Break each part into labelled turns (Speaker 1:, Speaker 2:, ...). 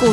Speaker 1: 股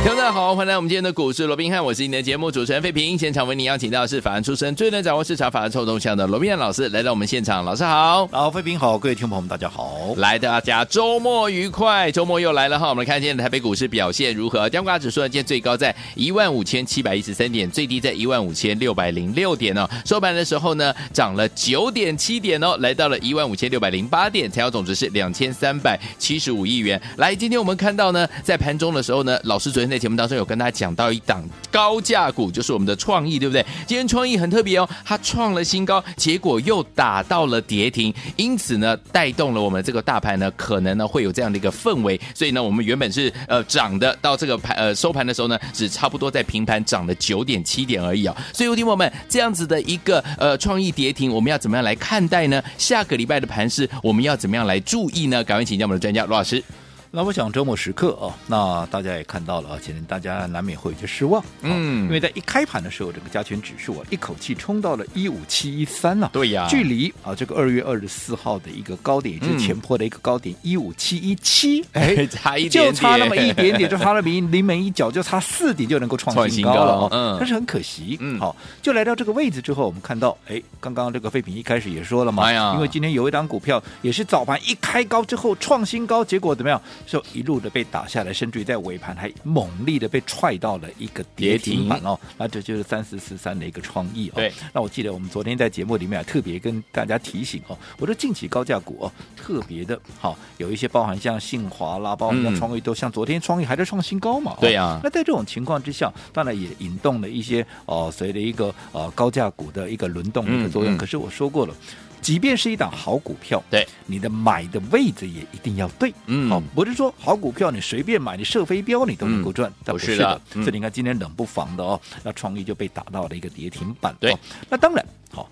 Speaker 2: 听众大家好，欢迎来我们今天的股市罗宾汉，我是你的节目主持人费平。现场为您邀请到的是法案出身、最能掌握市场法案臭动向的罗宾汉老师来到我们现场，老师好。
Speaker 3: 老费平好，各位听众朋友们，大家好。
Speaker 2: 来，大家周末愉快！周末又来了哈，我们来看今天的台北股市表现如何？加权指数呢，今天最高在一万五千七百一十三点，最低在一万五千六百零六点哦。收盘的时候呢，涨了九点七点哦，来到了一万五千六百零八点，成交总值是两千三百七十五亿元。来，今天我们看到呢，在盘中的时候呢，老师昨天在节目当中有跟大家讲到一档高价股，就是我们的创意，对不对？今天创意很特别哦，它创了新高，结果又打到了跌停，因此呢，带动了我们这个大盘呢，可能呢会有这样的一个氛围。所以呢，我们原本是呃涨的，到这个盘呃收盘的时候呢，只差不多在平盘涨了九点七点而已哦。所以，听众们，这样子的一个呃创意跌停，我们要怎么样来看待呢？下个礼拜的盘市，我们要怎么样来注意呢？赶快请教我们的专家罗老师。
Speaker 3: 那我想周末时刻啊，那大家也看到了啊，今天大家难免会有些失望，
Speaker 2: 嗯
Speaker 3: 嗯，因为在一开盘的时候，整个加权指数啊，一口气冲到了一五七一三了，
Speaker 2: 对呀嗯
Speaker 3: 距离啊这个二月二十四号的一个高点，也就是前坡的一个高点一五七一七，
Speaker 2: 哎差一点点
Speaker 3: 就差那么一点点，就差那么一临门一脚，就差四点就能够创新高了
Speaker 2: 创新高嗯
Speaker 3: 哦，但是很可惜，
Speaker 2: 嗯
Speaker 3: 好，就来到这个位置之后，我们看到，哎，刚刚这个废品一开始也说了嘛，
Speaker 2: 哎呀
Speaker 3: 因为今天有一档股票也是早盘一开高之后创新高，结果怎么样？就一路的被打下来，甚至于在尾盘还猛力的被踹到了一个跌停板哦。那这就是三四四三的一个创意哦。
Speaker 2: 对，
Speaker 3: 那我记得我们昨天在节目里面啊特别跟大家提醒哦，我说近期高价股哦特别的好，有一些包含像信华啦，包含像
Speaker 2: 嗯
Speaker 3: 哦创意都像昨天创意还在创新高嘛。哦
Speaker 2: 对啊呀
Speaker 3: 那在这种情况之下，当然也引动了一些哦，随着一个呃高价股的一个轮动的一个作用。
Speaker 2: 嗯嗯
Speaker 3: 可是我说过了。即便是一档好股票，
Speaker 2: 对
Speaker 3: 你的买的位置也一定要对，
Speaker 2: 嗯
Speaker 3: 好，不是说好股票你随便买，你射飞镖你都能够赚，但
Speaker 2: 不
Speaker 3: 不
Speaker 2: 是
Speaker 3: 是
Speaker 2: 的
Speaker 3: 的。
Speaker 2: 嗯
Speaker 3: 所以你看今天冷不防的哦，那创意就被打到了一个跌停板，
Speaker 2: 对
Speaker 3: 哦那当然好。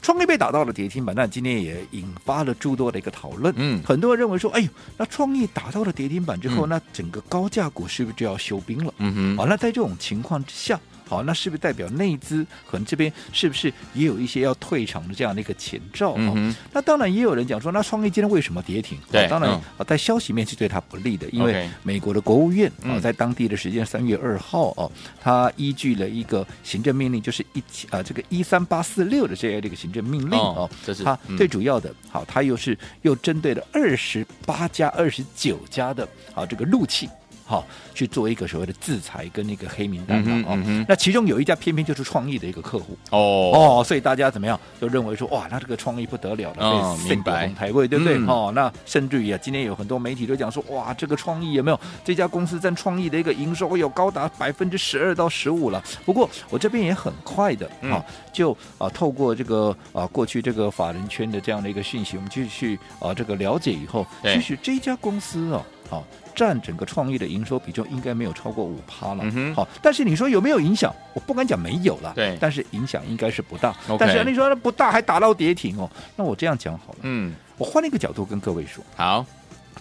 Speaker 3: 创意被打到了跌停板，那今天也引发了诸多的一个讨论。
Speaker 2: 嗯
Speaker 3: 很多人认为说，哎呦，那创意打到了跌停板之后，
Speaker 2: 嗯
Speaker 3: 那整个高价股是不是就要休兵了？
Speaker 2: 嗯
Speaker 3: 好，
Speaker 2: 哼，
Speaker 3: 那在这种情况之下，好，那是不是代表内资可能这边是不是也有一些要退场的这样的一个前兆？
Speaker 2: 嗯
Speaker 3: 哦
Speaker 2: 哼
Speaker 3: 那当然也有人讲说，那创意今天为什么跌停？
Speaker 2: 对
Speaker 3: 哦当然
Speaker 2: 嗯
Speaker 3: 啊，在消息面是对它不利的，因
Speaker 2: OK
Speaker 3: 为美国的国务院啊
Speaker 2: 嗯，
Speaker 3: 在当地的时间三月二号哦，它依据了一个行政命令，就是一起啊这个一三八四六的这样的一个行政命令
Speaker 2: 哦
Speaker 3: 哦
Speaker 2: 这是，
Speaker 3: 它
Speaker 2: 嗯
Speaker 3: 最主要的好，它又是又针对了二十八家、二十九家的啊这个陆企。好，去做一个所谓的制裁跟那个黑名单
Speaker 2: 嗯
Speaker 3: 嘛
Speaker 2: 哼
Speaker 3: 哦
Speaker 2: 嗯哼，
Speaker 3: 那其中有一家偏偏就是创意的一个客户，
Speaker 2: 哦，
Speaker 3: 哦，所以大家怎么样就认为说哇，那这个创意不得了
Speaker 2: 哦
Speaker 3: 了，被
Speaker 2: 明白
Speaker 3: 红台位，对不对？
Speaker 2: 嗯
Speaker 3: 哦，那甚至于啊，今天有很多媒体都讲说哇，这个创意有没有？这家公司占创意的一个营收有高达百分之十二到十五了。不过我这边也很快的啊、
Speaker 2: 嗯
Speaker 3: 哦就啊透过这个啊过去这个法人圈的这样的一个讯息，我们去去啊这个了解以后，
Speaker 2: 对
Speaker 3: 其实这家公司哦，好、占整个创意的营收比重应该没有超过五趴了
Speaker 2: 嗯，哼
Speaker 3: 好、但是你说有没有影响？我不敢讲没有啦，
Speaker 2: 对
Speaker 3: 但是影响应该是不大。
Speaker 2: OK
Speaker 3: 但是你说不大还打到跌停哦，那我这样讲好了，
Speaker 2: 嗯，
Speaker 3: 我换一个角度跟各位说，
Speaker 2: 好，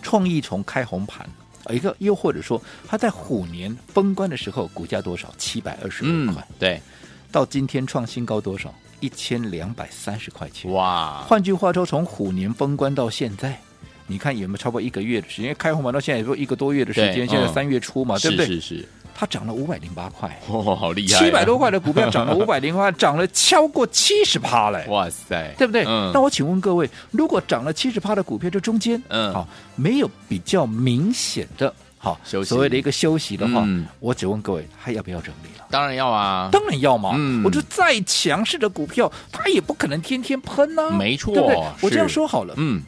Speaker 3: 创意从开红盘。呃一个又或者说，它在虎年封关的时候，股价多少？七百二十五
Speaker 2: 嗯
Speaker 3: 块，，
Speaker 2: 对，
Speaker 3: 到今天创新高多少？一千两百三十块钱。
Speaker 2: 哇，
Speaker 3: 换句话说，从虎年封关到现在，你看有没有超过一个月的时间？因为开红盘到现在也就一个多月的时
Speaker 2: 对
Speaker 3: 间，现在
Speaker 2: 嗯
Speaker 3: 三月初嘛，
Speaker 2: 是
Speaker 3: 对不对？
Speaker 2: 是是，
Speaker 3: 它涨了五百零八块，
Speaker 2: 哦，好厉害啊，
Speaker 3: 七百多块的股 票涨了五百零八，涨了超过七十趴嘞，
Speaker 2: 哇塞，
Speaker 3: 对不对？
Speaker 2: 嗯
Speaker 3: 那我请问各位，如果涨了七十趴的股票，这中间
Speaker 2: 嗯
Speaker 3: 好没有比较明显的好
Speaker 2: 休息
Speaker 3: 所谓的一个休息的话，
Speaker 2: 嗯
Speaker 3: 我只问各位还要不要整理了？
Speaker 2: 当然要啊，
Speaker 3: 当然要嘛！
Speaker 2: 嗯
Speaker 3: 我说再强势的股票，它也不可能天天喷呐、
Speaker 2: 没错
Speaker 3: 啊对不对？
Speaker 2: 是
Speaker 3: 我这样说好了，
Speaker 2: 嗯，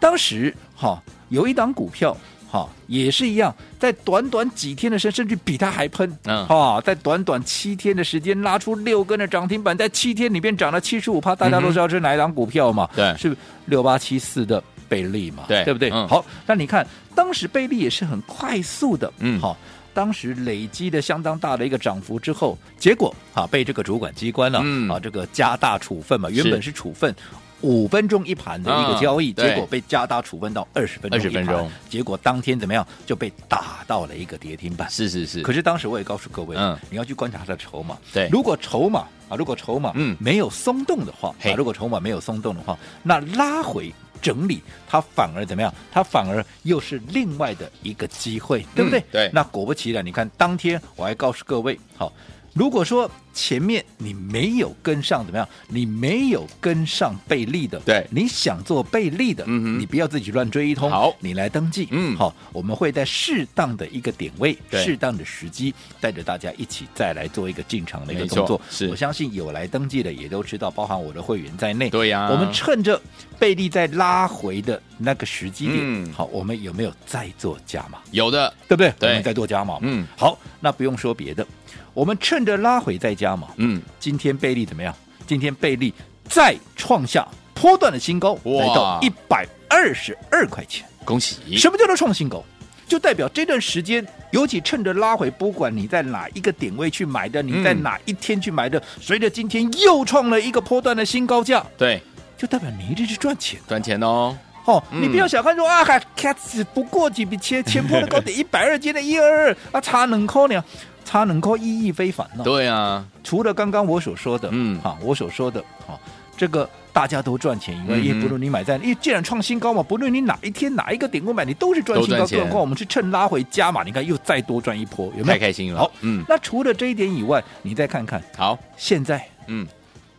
Speaker 3: 当时哈、有一档股票哈、也是一样，在短短几天的时间，甚至比它还喷，
Speaker 2: 嗯
Speaker 3: 哈、在短短七天的时间拉出六根的涨停板，在七天里面涨了七十五趴，大家
Speaker 2: 嗯
Speaker 3: 都
Speaker 2: 哼
Speaker 3: 知道这是哪一档股票嘛？
Speaker 2: 对
Speaker 3: 是六八七四的贝利嘛？
Speaker 2: 哎对
Speaker 3: 对不对？
Speaker 2: 嗯
Speaker 3: 好，那你看当时贝利也是很快速的，
Speaker 2: 嗯
Speaker 3: 好、当时累积的相当大的一个涨幅之后，结果啊被这个主管机关呢、啊
Speaker 2: 嗯
Speaker 3: 这个加大处分嘛，原
Speaker 2: 是
Speaker 3: 本是处分五分钟一盘的一个交易，
Speaker 2: 嗯对
Speaker 3: 结果被加大处分到二十分钟一
Speaker 2: 20分
Speaker 3: 盘，
Speaker 2: 钟
Speaker 3: 结果当天怎么样就被打到了一个跌停板。
Speaker 2: 是是是，
Speaker 3: 可是当时我也告诉各位，
Speaker 2: 嗯
Speaker 3: 你要去观察它的筹码。
Speaker 2: 对
Speaker 3: 如果筹码啊，如果筹码
Speaker 2: 嗯
Speaker 3: 没有松动的话，
Speaker 2: 嘿
Speaker 3: 啊，如果筹码没有松动的话，那拉回整理，它反而怎么样？它反而又是另外的一个机会，对不对？
Speaker 2: 嗯对
Speaker 3: 那果不其然，你看当天我还告诉各位，好。如果说前面你没有跟上怎么样？你没有跟上贝利的，
Speaker 2: 对
Speaker 3: 你想做贝利的，
Speaker 2: 嗯哼
Speaker 3: 你不要自己乱追一通，
Speaker 2: 好
Speaker 3: 你来登记，
Speaker 2: 嗯
Speaker 3: 好，我们会在适当的一个点位、
Speaker 2: 对
Speaker 3: 适当的时机，带着大家一起再来做一个进场的一个
Speaker 2: 没错
Speaker 3: 动作。
Speaker 2: 是
Speaker 3: 我相信有来登记的也都知道，包含我的会员在内。
Speaker 2: 对呀
Speaker 3: 我们趁着贝利在拉回的那个时机点，
Speaker 2: 嗯
Speaker 3: 好，我们有没有再做加码？
Speaker 2: 有的，
Speaker 3: 对不对？
Speaker 2: 对
Speaker 3: 我们再做加码嘛。
Speaker 2: 嗯，
Speaker 3: 好，那不用说别的，我们趁着拉回再加码。
Speaker 2: 嗯，
Speaker 3: 今天贝利怎么样？今天贝利再创下波段的新高，
Speaker 2: 哇
Speaker 3: 来到一百二十二块钱。
Speaker 2: 恭喜，
Speaker 3: 什么叫做创新高？就代表这段时间，尤其趁着拉回，不管你在哪一个点位去买
Speaker 2: 嗯
Speaker 3: 的，你在哪一天去买的，随着今天又创了一个波段的新高价，
Speaker 2: 对，
Speaker 3: 就代表你一定是赚钱的
Speaker 2: 赚钱哦，
Speaker 3: 哦。
Speaker 2: 嗯
Speaker 3: 你不要小看说啊，还 cats 不过几笔钱，前波的 高点一百二，今天一二二啊，差能扣呢，差能扣意义非凡呢、
Speaker 2: 对啊，
Speaker 3: 除了刚刚我所说的，
Speaker 2: 嗯
Speaker 3: 啊，我所说的，啊，这个大家都赚钱以外，
Speaker 2: 嗯哼
Speaker 3: 也不论你买在，因为既然创新高嘛，不论你哪一天哪一个点位买，你都是赚新
Speaker 2: 都
Speaker 3: 高。
Speaker 2: 赚钱
Speaker 3: 更何况我们是趁拉回加码，你看又再多赚一波，有没
Speaker 2: 太
Speaker 3: 有？
Speaker 2: 开心了，
Speaker 3: 好
Speaker 2: 嗯，
Speaker 3: 那除了这一点以外，你再看看
Speaker 2: 好，
Speaker 3: 现在
Speaker 2: 嗯，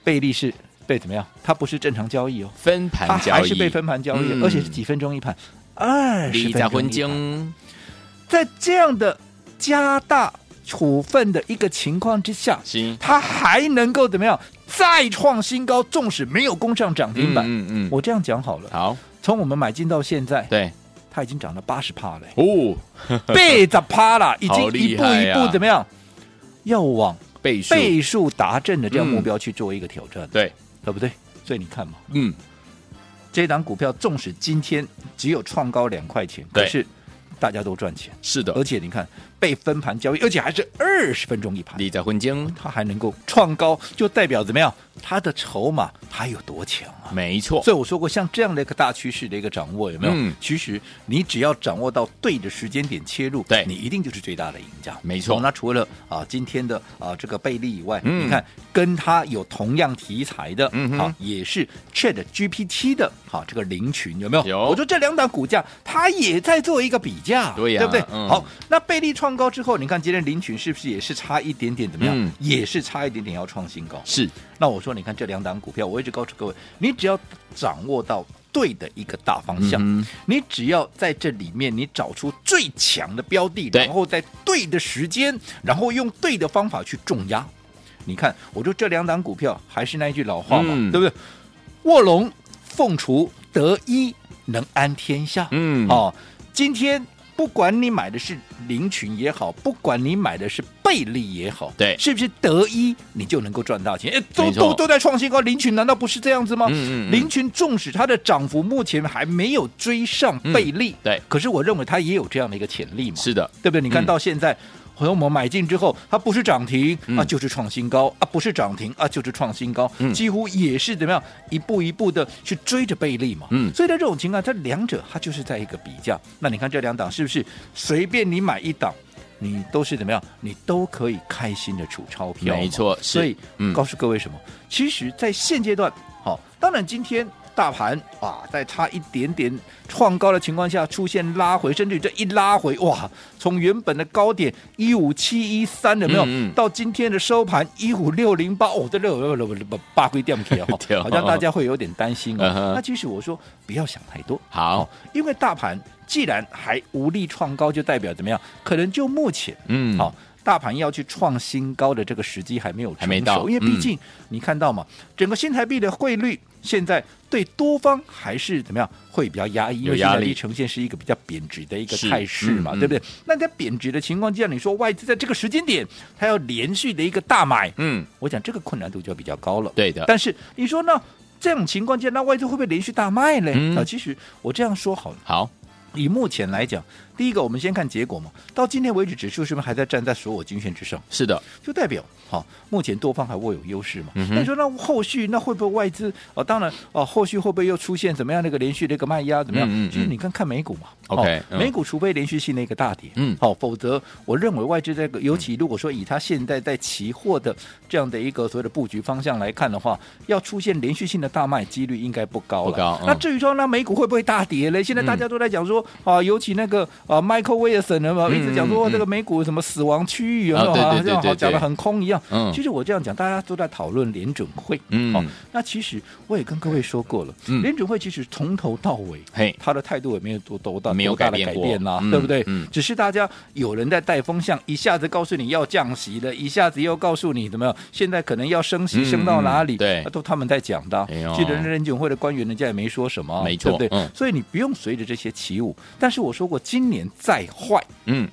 Speaker 3: 贝利是被怎么样？它不是正常交易哦，
Speaker 2: 分
Speaker 3: 它
Speaker 2: 盘交易，
Speaker 3: 还是被分盘交易，
Speaker 2: 嗯
Speaker 3: 而且是几分钟一盘，二十
Speaker 2: 利
Speaker 3: 分啊
Speaker 2: 加
Speaker 3: 钟
Speaker 2: 婚
Speaker 3: 一盘。
Speaker 2: 经，
Speaker 3: 在这样的加大处分的一个情况之下，
Speaker 2: 行，
Speaker 3: 它还能够怎么样再创新高？纵使没有攻上涨停板，
Speaker 2: 嗯嗯嗯，
Speaker 3: 我这样讲好了，
Speaker 2: 好，
Speaker 3: 从我们买进到现在，
Speaker 2: 对，
Speaker 3: 它已经涨了八十趴了，
Speaker 2: 哦，
Speaker 3: 倍着趴了，已经
Speaker 2: 好
Speaker 3: 一
Speaker 2: 厉
Speaker 3: 步
Speaker 2: 害
Speaker 3: 一
Speaker 2: 呀
Speaker 3: 步怎么样？要往
Speaker 2: 倍数，
Speaker 3: 倍数达阵的这样
Speaker 2: 嗯
Speaker 3: 目标去做一个挑战，
Speaker 2: 对，
Speaker 3: 对不对？所以你看嘛，
Speaker 2: 嗯，
Speaker 3: 这档股票纵使今天只有创高两块钱，
Speaker 2: 对
Speaker 3: 可是大家都赚钱，
Speaker 2: 是的
Speaker 3: 而，且你看被分盘交易，而且还是二十分钟一盘，
Speaker 2: 利加婚经，
Speaker 3: 它还能够创高，就代表怎么样？它的筹码它有多强啊？
Speaker 2: 没错，
Speaker 3: 所以我说过，像这样的一个大趋势的一个掌握，有没有？
Speaker 2: 嗯
Speaker 3: 其实你只要掌握到对的时间点切入，
Speaker 2: 对
Speaker 3: 你一定就是最大的赢家。
Speaker 2: 没错
Speaker 3: 哦那除了啊今天的啊这个贝利以外，
Speaker 2: 嗯
Speaker 3: 你看跟它有同样题材的，
Speaker 2: 嗯哼
Speaker 3: 好也是 Chat GPT 的，好这个林群有没有？
Speaker 2: 有
Speaker 3: 我说这两档股价，它也在做一个比价，
Speaker 2: 对呀
Speaker 3: 对不对？
Speaker 2: 嗯
Speaker 3: 好，那贝利创高之后，你看今天林群是不是也是差一点点怎么样？
Speaker 2: 嗯
Speaker 3: 也是差一点点要创新高。
Speaker 2: 是
Speaker 3: 那我说，你看这两档股票，我一直告诉各位，你只要掌握到对的一个大方向，
Speaker 2: 嗯哼
Speaker 3: 你只要在这里面你找出最强的标的，
Speaker 2: 对
Speaker 3: 然后在对的时间，然后用对的方法去重压。你看，我说这两档股票还是那一句老话嘛，
Speaker 2: 嗯
Speaker 3: 对不对？卧龙凤雏，得一能安天下。
Speaker 2: 嗯
Speaker 3: 哦，今天不管你买的是林群也好，不管你买的是贝利也好，
Speaker 2: 对
Speaker 3: 是不是得一你就能够赚大钱？哎，
Speaker 2: 没
Speaker 3: 都
Speaker 2: 错
Speaker 3: 都都在创新高，林群难道不是这样子吗？
Speaker 2: 嗯嗯嗯
Speaker 3: 林群纵使它的涨幅目前还没有追上
Speaker 2: 嗯
Speaker 3: 贝利，
Speaker 2: 对，
Speaker 3: 可是我认为它也有这样的一个潜力嘛，
Speaker 2: 是的，
Speaker 3: 对不对？你看
Speaker 2: 嗯
Speaker 3: 到现在。朋友们买进之后，它不是涨停、
Speaker 2: 嗯
Speaker 3: 啊，就是创新高啊，不是涨停啊，就是创新高，
Speaker 2: 嗯
Speaker 3: 几乎也是怎么样一步一步的去追着贝利嘛。
Speaker 2: 嗯
Speaker 3: 所以在这种情况，这两者它就是在一个比较。那你看这两档是不是随便你买一档，你都是怎么样，你都可以开心的储钞票嘛。
Speaker 2: 没错，是
Speaker 3: 所以
Speaker 2: 嗯
Speaker 3: 告诉各位什么？其实，在现阶段，好、当然今天大盘啊，在差一点点创高的情况下出现拉回，甚至于这一拉回，哇，从原本的高点一五七一三有没有，
Speaker 2: 嗯嗯
Speaker 3: 到今天的收盘一五六零八，哦，这六六六六八归掉 去了哈
Speaker 2: 对哦，
Speaker 3: 好像大家会有点担心
Speaker 2: 嗯哼
Speaker 3: 哦。那其实我说不要想太多，
Speaker 2: 好，
Speaker 3: 因为大盘既然还无力创高，就代表怎么样？可能就目前。
Speaker 2: 嗯，
Speaker 3: 好，大盘要去创新高的这个时机还没有
Speaker 2: 还没
Speaker 3: 成
Speaker 2: 到
Speaker 3: 熟，因为毕
Speaker 2: 嗯
Speaker 3: 竟你看到嘛，整个新台币的汇率现在对多方还是怎么样会比较压抑，因
Speaker 2: 有
Speaker 3: 为新
Speaker 2: 压
Speaker 3: 台
Speaker 2: 力
Speaker 3: 币呈现是一个比较贬值的一个
Speaker 2: 是
Speaker 3: 态势嘛，
Speaker 2: 嗯
Speaker 3: 对不对？那在贬值的情况之下，你说外资在这个时间点它要连续的一个大买，
Speaker 2: 嗯，
Speaker 3: 我讲这个困难度就比较高了。
Speaker 2: 对的，
Speaker 3: 但是你说呢？这种情况下，那外资会不会连续大卖嘞？
Speaker 2: 嗯
Speaker 3: 啊，其实我这样说好了，
Speaker 2: 好，
Speaker 3: 以目前来讲，第一个，我们先看结果嘛。到今天为止，指数是不是还在站在所有均线之上？
Speaker 2: 是的，
Speaker 3: 就代表好、目前多方还握有优势嘛。
Speaker 2: 嗯哼
Speaker 3: 那你说那后续那会不会外资哦？当然哦，后续会不会又出现怎么样的一个连续的一个卖压？怎么样？
Speaker 2: 嗯嗯嗯
Speaker 3: 就是你看看美股嘛。哦
Speaker 2: OK，嗯
Speaker 3: 美股除非连续性的一个大跌，
Speaker 2: 嗯
Speaker 3: 好、否则我认为外资这个，尤其如果说以它现在在期货的这样的一个所谓的布局方向来看的话，要出现连续性的大卖几率应该不高了。
Speaker 2: 不高嗯嗯
Speaker 3: 那至于说那美股会不会大跌嘞？现在大家都在讲说啊、尤其那个啊、Michael Wilson 有没有一直讲
Speaker 2: 嗯
Speaker 3: 说
Speaker 2: 嗯嗯
Speaker 3: 这个美股什么死亡区域有没有
Speaker 2: 啊对对对
Speaker 3: 好像
Speaker 2: 对
Speaker 3: 好讲
Speaker 2: 对
Speaker 3: 的很空一样？
Speaker 2: 嗯
Speaker 3: 其实我这样讲，大家都在讨论联准会。
Speaker 2: 嗯
Speaker 3: 哦，那其实我也跟各位说过了，
Speaker 2: 嗯
Speaker 3: 联准会其实从头到尾，
Speaker 2: 嘿
Speaker 3: 他的态度也没有多多大
Speaker 2: 没有
Speaker 3: 多
Speaker 2: 改
Speaker 3: 大的
Speaker 2: 变
Speaker 3: 改
Speaker 2: 过
Speaker 3: 变啦，啊
Speaker 2: 嗯
Speaker 3: 对不对？
Speaker 2: 嗯
Speaker 3: 只是大家有人在带风向，一下子告诉你要降息了，一下子又告诉你怎么样，现在可能要升息，
Speaker 2: 嗯
Speaker 3: 升到哪里？
Speaker 2: 嗯对
Speaker 3: 啊都他们在讲的啊。
Speaker 2: 哎呦
Speaker 3: 记得联准会的官员人家也没说什么啊，
Speaker 2: 没错
Speaker 3: 对不对
Speaker 2: 嗯？
Speaker 3: 所以你不用随着这些起舞。但是我说过，今年再坏
Speaker 2: 嗯，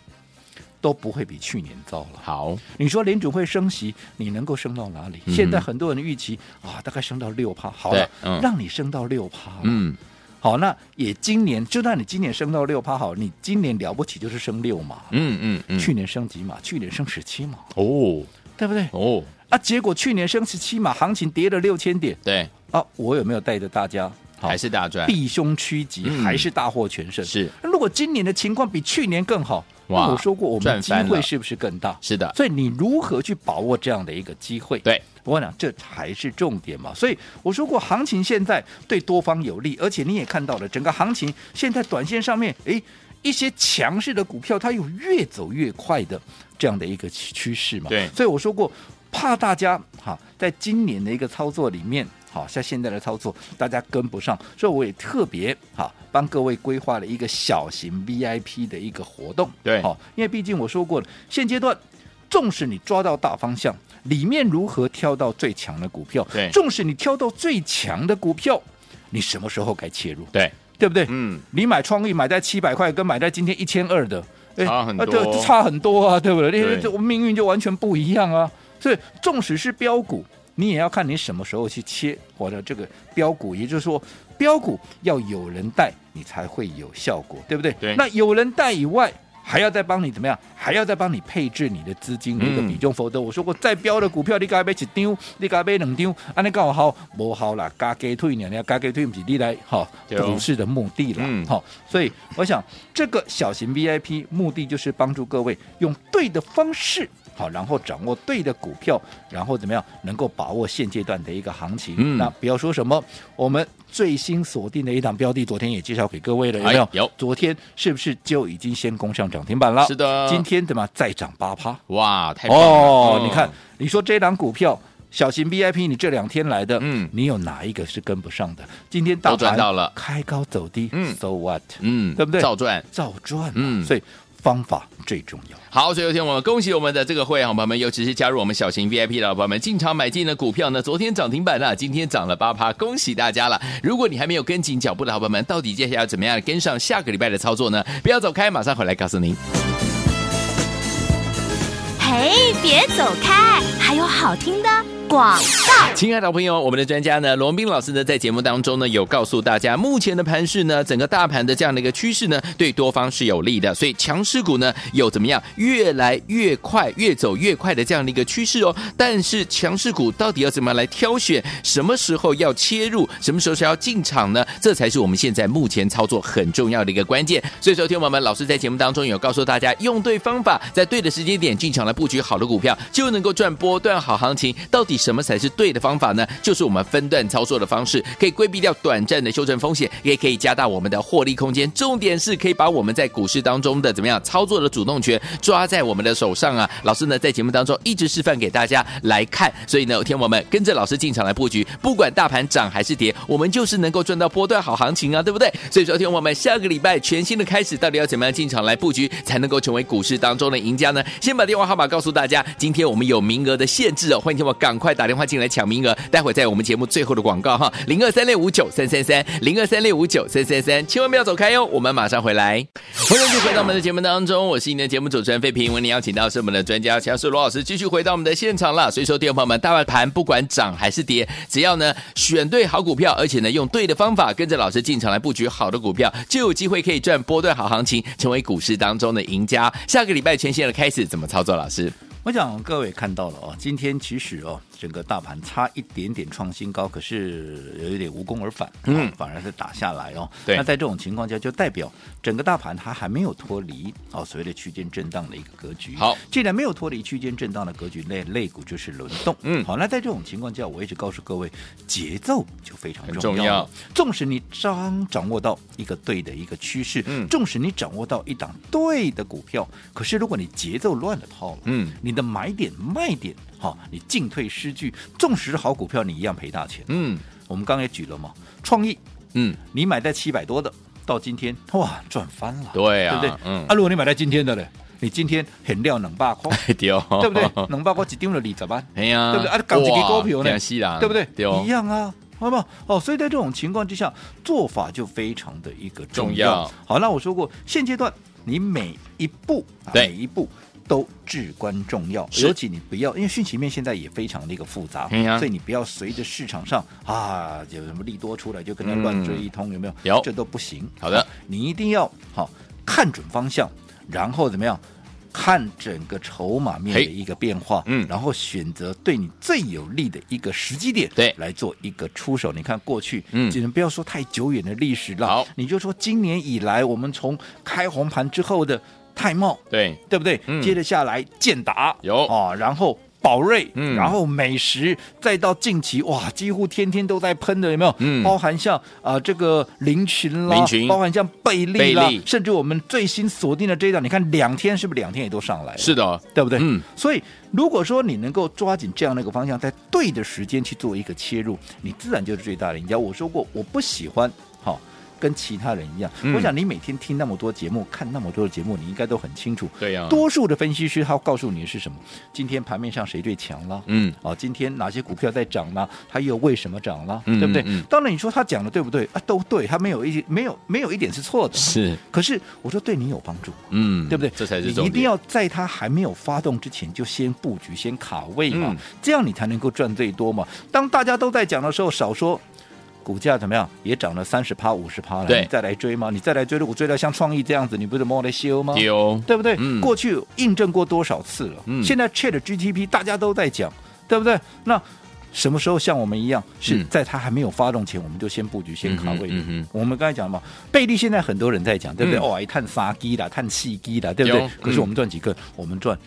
Speaker 3: 都不会比去年糟了。
Speaker 2: 好，
Speaker 3: 你说联准会升息，你能够升到哪里？
Speaker 2: 嗯哼
Speaker 3: 现在很多人预期啊，大概升到六趴，好了
Speaker 2: 对，嗯
Speaker 3: 让你升到六趴，，
Speaker 2: 嗯，
Speaker 3: 好，那也今年就算你今年升到六趴，好，你今年了不起就是升六嘛，
Speaker 2: 嗯嗯嗯，
Speaker 3: 去年升几码？去年升十七码，
Speaker 2: 哦
Speaker 3: 对不对？
Speaker 2: 哦，
Speaker 3: 啊，结果去年升十七码，行情跌了六千点
Speaker 2: 对，
Speaker 3: 啊，我有没有带着大家？好
Speaker 2: 还是大赚，
Speaker 3: 避凶趋吉，
Speaker 2: 嗯
Speaker 3: 还是大获全胜？
Speaker 2: 是。
Speaker 3: 那如果今年的情况比去年更好，
Speaker 2: 哇
Speaker 3: 那我说过，我们
Speaker 2: 赚
Speaker 3: 的机
Speaker 2: 翻了
Speaker 3: 会是不是更大？
Speaker 2: 是的，
Speaker 3: 所以你如何去把握这样的一个机会？
Speaker 2: 对，
Speaker 3: 我讲这才是重点嘛。所以我说过，行情现在对多方有利，而且你也看到了，整个行情现在短线上面，诶，一些强势的股票它有越走越快的这样的一个趋趋势嘛。
Speaker 2: 对
Speaker 3: 所以我说过，怕大家哈，在今年的一个操作里面。好，像现在的操作大家跟不上，所以我也特别哈帮各位规划了一个小型 VIP 的一个活动。
Speaker 2: 对
Speaker 3: 好，因为毕竟我说过了，现阶段纵使你抓到大方向，里面如何挑到最强的股票？
Speaker 2: 对
Speaker 3: 纵使你挑到最强的股票，你什么时候该切入？
Speaker 2: 对，
Speaker 3: 对不对？
Speaker 2: 嗯，
Speaker 3: 你买创意买在七百块，跟买在今天一千二的，哎
Speaker 2: 差很多
Speaker 3: 啊对差很多啊，对不对？
Speaker 2: 对
Speaker 3: 这这命运就完全不一样啊。所以，纵使是标股，你也要看你什么时候去切或者这个标股，也就是说，标股要有人带，你才会有效果，对不对？
Speaker 2: 对
Speaker 3: 那有人带以外。还要再帮你怎么样？还要再帮你配置你的资金的一个比重，否则我说过，再标的股票你该买一张，你该买两张，安尼搞好无好啦，加鸡腿呢，你加鸡腿不是你来哈
Speaker 2: 对哦
Speaker 3: 股市的目的了，
Speaker 2: 嗯
Speaker 3: 好、所以我想这个小型 VIP 目的就是帮助各位用对的方式，好，然后掌握对的股票，然后怎么样能够把握现阶段的一个行情。
Speaker 2: 嗯
Speaker 3: 那不要说什么，我们最新锁定的一档标的，昨天也介绍给各位了，有没有？
Speaker 2: 哎有
Speaker 3: 昨天是不是就已经先攻上涨停板了？
Speaker 2: 是的
Speaker 3: 今天怎么样再涨八趴？
Speaker 2: 哇，太棒了
Speaker 3: 哦，你看
Speaker 2: 嗯，
Speaker 3: 你说这档股票。小型 VIP，你这两天来的，
Speaker 2: 嗯
Speaker 3: 你有哪一个是跟不上的？今天大
Speaker 2: 都赚
Speaker 3: 盘
Speaker 2: 到了
Speaker 3: 开高走低，
Speaker 2: 嗯
Speaker 3: ，so what，
Speaker 2: 嗯，
Speaker 3: 对不对
Speaker 2: 照赚。
Speaker 3: 照赚、
Speaker 2: 嗯
Speaker 3: 嗯，所以方法最重要。
Speaker 2: 好，所以有请我们恭喜我们的这个会员好朋友们，尤其是加入我们小型 VIP 的好朋友们，进场买进的股票呢，昨天涨停板了，今天涨了八趴，恭喜大家了！如果你还没有跟紧脚步的好朋友们，到底接下来要怎么样跟上下个礼拜的操作呢？不要走开，马上回来告诉您。
Speaker 1: 嘿，别走开，还有好听的广。
Speaker 2: 亲爱的朋友，我们的专家呢，罗文斌老师呢，在节目当中呢，有告诉大家，目前的盘势呢，整个大盘的这样的一个趋势呢，对多方是有利的，所以强势股呢，有怎么样越来越快、越走越快的这样的一个趋势哦。但是强势股到底要怎么样来挑选，什么时候要切入，什么时候是要进场呢？这才是我们现在目前操作很重要的一个关键。所以，说，听我们，老师在节目当中有告诉大家，用对方法，在对的时间点进场来布局好的股票，就能够赚波段好行情。到底什么才是对的方法呢？就是我们分段操作的方式，可以规避掉短暂的修正风险，也可以加大我们的获利空间。重点是可以把我们在股市当中的怎么样操作的主动权抓在我们的手上啊！老师呢在节目当中一直示范给大家来看，所以呢，天王们跟着老师进场来布局，不管大盘涨还是跌，我们就是能够赚到波段好行情啊，对不对？所以说，天王们下个礼拜全新的开始，到底要怎么样进场来布局，才能够成为股市当中的赢家呢？先把电话号码告诉大家，今天我们有名额的限制哦，欢迎天王赶快。快打电话进来抢名额。待会在我们节目最后的广告哈，零二三六五九三三三，零二三六五九三三三，千万不要走开哟，我们马上回来。欢迎继续回到我们的节目当中，我是你的节目主持人费平。为您邀请到是我们的专家强势罗老师，继续回到我们的现场了。所以说，听众朋友们，大盘不管涨还是跌，只要呢选对好股票，而且呢用对的方法，跟着老师进场来布局好的股票，就有机会可以赚波段好行情，成为股市当中的赢家。下个礼拜全线的开始怎么操作？老师，
Speaker 3: 我想各位看到了哦，今天其实哦，整个大盘差一点点创新高，可是有一点无功而返，
Speaker 2: 嗯
Speaker 3: 嗯，反而是打下来哦。
Speaker 2: 对
Speaker 3: 那在这种情况下，就代表整个大盘它还没有脱离哦所谓的区间震荡的一个格局。
Speaker 2: 好
Speaker 3: 既然没有脱离区间震荡的格局，那类股就是轮动。
Speaker 2: 嗯
Speaker 3: 好，那在这种情况下，我一直告诉各位，节奏就非常
Speaker 2: 很
Speaker 3: 重
Speaker 2: 重
Speaker 3: 要
Speaker 2: 要
Speaker 3: 了。纵使你掌掌握到一个对的一个趋势，
Speaker 2: 嗯
Speaker 3: 纵使你掌握到一档对的股票，可是如果你节奏乱了套了，
Speaker 2: 嗯
Speaker 3: 你的买点卖点，好、你进退失据，纵使是好股票，你一样赔大钱。
Speaker 2: 嗯
Speaker 3: 我们刚刚也举了嘛，创意
Speaker 2: 嗯，
Speaker 3: 你买在七百多的，到今天哇赚翻了，
Speaker 2: 对啊
Speaker 3: 对不对？
Speaker 2: 嗯
Speaker 3: 啊，如果你买在今天的嘞，你今天很料冷霸 空，
Speaker 2: 太丢，
Speaker 3: 对不对？冷霸空只丢了你怎么办？
Speaker 2: 哎呀，
Speaker 3: 对不对？啊，港几个股票呢，
Speaker 2: 西啦，
Speaker 3: 对不对？
Speaker 2: 丢
Speaker 3: 一，样啊，好不好？哦，所以在这种情况之下，做法就非常的一个重要。
Speaker 2: 重要
Speaker 3: 好，那我说过，现阶段你每一步，啊
Speaker 2: 对
Speaker 3: 每一步。都至关重要，
Speaker 2: 是
Speaker 3: 尤其你不要，因为讯息面现在也非常的一个复杂，
Speaker 2: 嗯呀
Speaker 3: 所以你不要随着市场上啊有什么利多出来就跟他乱追一通，有没有？
Speaker 2: 嗯有
Speaker 3: 这都不行。
Speaker 2: 好的
Speaker 3: 啊你一定要好、看准方向，然后怎么样？看整个筹码面的
Speaker 2: 嘿
Speaker 3: 一个变化，
Speaker 2: 嗯
Speaker 3: 然后选择对你最有利的一个时机点，
Speaker 2: 对
Speaker 3: 来做一个出手。你看过去，
Speaker 2: 嗯
Speaker 3: 只能不要说太久远的历史了，
Speaker 2: 好
Speaker 3: 你就说今年以来，我们从开红盘之后的泰茂，
Speaker 2: 对，
Speaker 3: 对不对？
Speaker 2: 嗯
Speaker 3: 接着下来建达
Speaker 2: 有
Speaker 3: 哦，然后。宝瑞，
Speaker 2: 嗯
Speaker 3: 然后美食，再到近期，哇，几乎天天都在喷的，有没有？
Speaker 2: 嗯
Speaker 3: 包含像啊、这个林群啦，
Speaker 2: 林群
Speaker 3: 包含像贝利啦
Speaker 2: 贝利，
Speaker 3: 甚至我们最新锁定的这一档，你看两天是不是两天也都上来了？
Speaker 2: 是的，
Speaker 3: 对不对？
Speaker 2: 嗯，
Speaker 3: 所以如果说你能够抓紧这样的一个方向，在对的时间去做一个切入，你自然就是最大的赢家。我说过，我不喜欢好、跟其他人一样。
Speaker 2: 嗯
Speaker 3: 我想你每天听那么多节目，看那么多的节目，你应该都很清楚。
Speaker 2: 对呀，
Speaker 3: 啊多数的分析师他告诉你的是什么？今天盘面上谁最强了？
Speaker 2: 嗯，
Speaker 3: 哦，今天哪些股票在涨呢？它又为什么涨了？
Speaker 2: 嗯
Speaker 3: 对不对？
Speaker 2: 嗯嗯
Speaker 3: 当然，你说他讲的对不对啊？都对，他没有一没有没有一点是错的。
Speaker 2: 是，
Speaker 3: 可是我说对你有帮助，
Speaker 2: 嗯，
Speaker 3: 对不对？
Speaker 2: 这才是
Speaker 3: 你
Speaker 2: 重点，
Speaker 3: 一定要在它还没有发动之前就先布局、先卡位嘛，
Speaker 2: 嗯
Speaker 3: 这样你才能够赚最多嘛。当大家都在讲的时候，少说。股价怎么样？也涨了三十趴、五十趴了，
Speaker 2: 对
Speaker 3: 你再来追吗？你再来追，如果追到像创意这样子，你不是摸得修吗？
Speaker 2: 丢，
Speaker 3: 对不对？
Speaker 2: 嗯
Speaker 3: 过去印证过多少次了？
Speaker 2: 嗯
Speaker 3: 现在 Chat GTP 大家都在讲，对不对？那什么时候像我们一样，是
Speaker 2: 嗯
Speaker 3: 在它还没有发动前，我们就先布局、先卡位？
Speaker 2: 嗯哼嗯哼
Speaker 3: 我们刚才讲嘛，贝利现在很多人在讲，对不对？
Speaker 2: 嗯
Speaker 3: 哦，还探杀鸡啦，探细鸡啦，对不
Speaker 2: 有
Speaker 3: 对？可是
Speaker 2: 嗯
Speaker 3: 我们赚几个？我们赚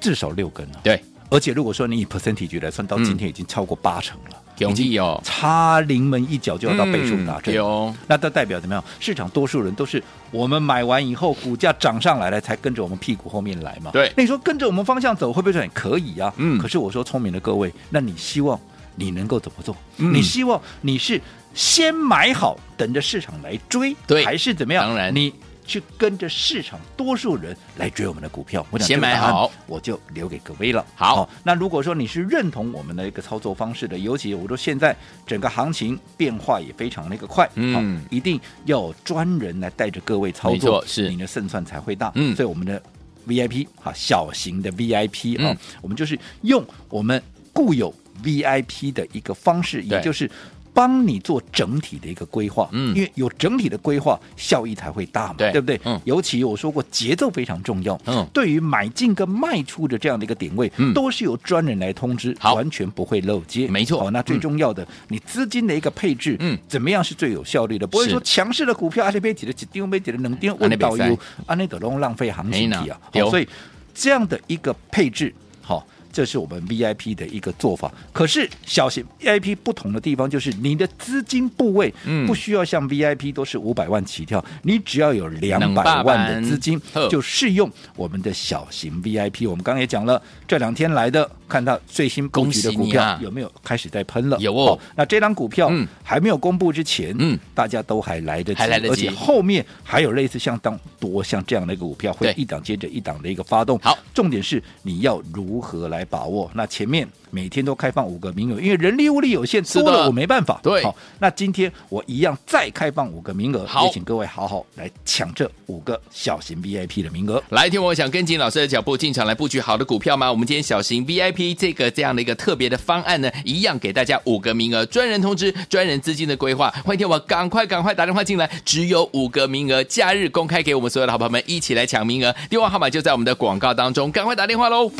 Speaker 3: 至少六根啊！
Speaker 2: 对，嗯
Speaker 3: 而且如果说你以 percentage 来算，到今天已经超过八成了，
Speaker 2: 容易哦，
Speaker 3: 差临门一脚就要到
Speaker 2: 嗯
Speaker 3: 倍数达阵了。
Speaker 2: 有，
Speaker 3: 那它代表怎么样？市场多数人都是我们买完以后，股价涨上来了，才跟着我们屁股后面来嘛。
Speaker 2: 对
Speaker 3: 那你说跟着我们方向走，会不会赚？可以啊。
Speaker 2: 嗯
Speaker 3: 可是我说聪明的各位，那你希望你能够怎么做？
Speaker 2: 嗯
Speaker 3: 你希望你是先买好，等着市场来追，
Speaker 2: 对
Speaker 3: 还是怎么样？
Speaker 2: 当然
Speaker 3: 你。去跟着市场多数人来追我们的股票，我想
Speaker 2: 先
Speaker 3: 这个
Speaker 2: 买
Speaker 3: 答案
Speaker 2: 好
Speaker 3: 我就留给各位了。
Speaker 2: 好
Speaker 3: 那如果说你是认同我们的一个操作方式的，尤其我说现在整个行情变化也非常的一个快，
Speaker 2: 嗯
Speaker 3: 好，一定要有专人来带着各位操
Speaker 2: 没错
Speaker 3: 作，
Speaker 2: 是
Speaker 3: 你的胜算才会大。
Speaker 2: 嗯
Speaker 3: 所以我们的 VIP 哈，小型的 VIP 啊、
Speaker 2: 嗯
Speaker 3: 我们就是用我们固有 VIP 的一个方式，
Speaker 2: 对
Speaker 3: 也就是。帮你做整体的一个规划，
Speaker 2: 嗯
Speaker 3: 因为有整体的规划，效益才会大嘛，
Speaker 2: 对
Speaker 3: 不对？
Speaker 2: 嗯
Speaker 3: 尤其我说过，节奏非常重要，
Speaker 2: 嗯
Speaker 3: 对于买进跟卖出的这样的一个点位，
Speaker 2: 嗯
Speaker 3: 都是由专人来通知，
Speaker 2: 好
Speaker 3: 完全不会漏接，
Speaker 2: 没错
Speaker 3: 好，那最
Speaker 2: 嗯
Speaker 3: 重要的，你资金的一个配置，
Speaker 2: 嗯
Speaker 3: 怎么样是最有效率的？不会
Speaker 2: 是
Speaker 3: 说强势的股票，阿里贝几的几丢，没几的能丢，
Speaker 2: 安利
Speaker 3: 问
Speaker 2: 比赛
Speaker 3: 导游，安内德龙浪费行情
Speaker 2: 哎
Speaker 3: 体
Speaker 2: 呀
Speaker 3: 啊。
Speaker 2: 对哦
Speaker 3: 好，所以这样的一个配置，好。这是我们 VIP 的一个做法，可是小型 VIP 不同的地方就是你的资金部位
Speaker 2: 嗯
Speaker 3: 不需要像 VIP 都是五百万起跳，你只要有两
Speaker 2: 两百
Speaker 3: 百万
Speaker 2: 万
Speaker 3: 的资金
Speaker 2: 呵
Speaker 3: 就适用我们的小型 VIP。我们刚刚也讲了，这两天来的看到最新布局的股
Speaker 2: 恭喜你
Speaker 3: 票、
Speaker 2: 啊
Speaker 3: 有没有开始在喷了？
Speaker 2: 有哦
Speaker 3: 那这张股票
Speaker 2: 嗯
Speaker 3: 还没有公布之前，
Speaker 2: 嗯，
Speaker 3: 大家都还来得及，
Speaker 2: 还来得
Speaker 3: 而
Speaker 2: 及
Speaker 3: 且后面还有类似像当多像这样的一个股票会
Speaker 2: 对
Speaker 3: 一档接着一档的一个发动。
Speaker 2: 好，
Speaker 3: 重点是你要如何来把握？那前面每天都开放五个名额，因为人力物力有限，
Speaker 2: 是的
Speaker 3: 多了我没办法。
Speaker 2: 对
Speaker 3: 好，那今天我一样再开放五个名额，
Speaker 2: 好
Speaker 3: 也请各位好好来抢这五个小型 VIP 的名额。
Speaker 2: 来，听我想跟紧老师的脚步进场来布局好的股票吗？我们今天小型 VIP 这个这样的一个特别的方案呢，一样给大家五个名额，专人通知，专人资金的规划。欢迎听我赶快赶快打电话进来，只有五个名额，假日公开给我们所有的好朋友们一起来抢名额，电话号码就在我们的广告当中，赶快打电话喽！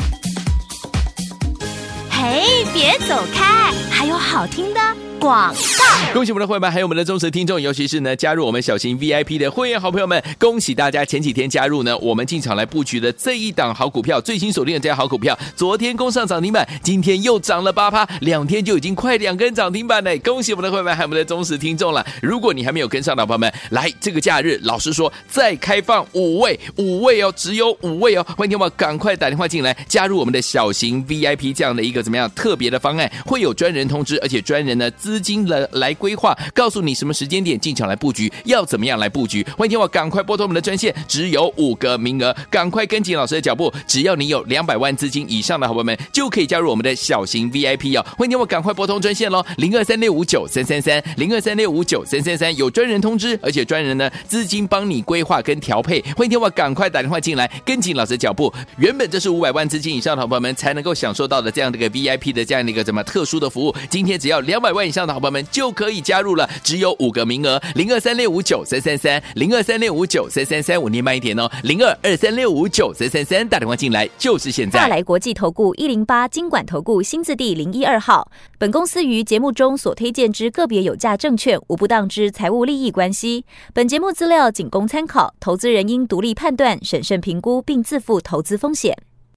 Speaker 1: 嘿，别走开，还有好听的广告。
Speaker 2: 恭喜我们的会员们，还有我们的忠实听众，尤其是呢加入我们小型 VIP 的会员好朋友们，恭喜大家！前几天加入呢，我们进场来布局的这一档好股票，最新锁定的这家好股票，昨天攻上涨停板，今天又涨了八趴，两天就已经快两根涨停板嘞！哎恭喜我们的会员们，还有我们的忠实听众了。如果你还没有跟上的朋友们，来这个假日，老实说再开放五位，五位哦，只有五位哦，欢迎听我赶快打电话进来，加入我们的小型 VIP 这样的一个怎么样特别的方案，会有专人通知，而且专人呢资金来来规划，告诉你什么时间点进场来布局，要怎么样来布局。欢迎听我赶快拨通我们的专线，只有五个名额，赶快跟紧老师的脚步。只要你有两百万资金以上的好朋友们，就可以加入我们的小型 VIP 哦。欢迎听我赶快拨通专线喽，零二三六五九三三三，零二三六五九三三三，有专人通知，而且专人呢资金帮你规划跟调配。欢迎听我赶快打电话进来，跟紧老师的脚步。原本这是五百万资金以上的好朋友们才能够享受到的这样的一个 VIP 的这样的一个怎么特殊的服务，今天只要两百万以上的好朋友们就可以加入了，只有五个名额，零二三六五九三三三，零二三六五九三三三，我念慢一点哦，零二二三六五九三三三，打电话进来就是现在
Speaker 4: 大。来国际投顾一零八金管投顾新字第零一二号。本公司于节目中所推荐之个别有价证券，无不当之财务利益关系。本节目资料仅供参考，投资人应独立判断、审慎评估，并自负投资风险。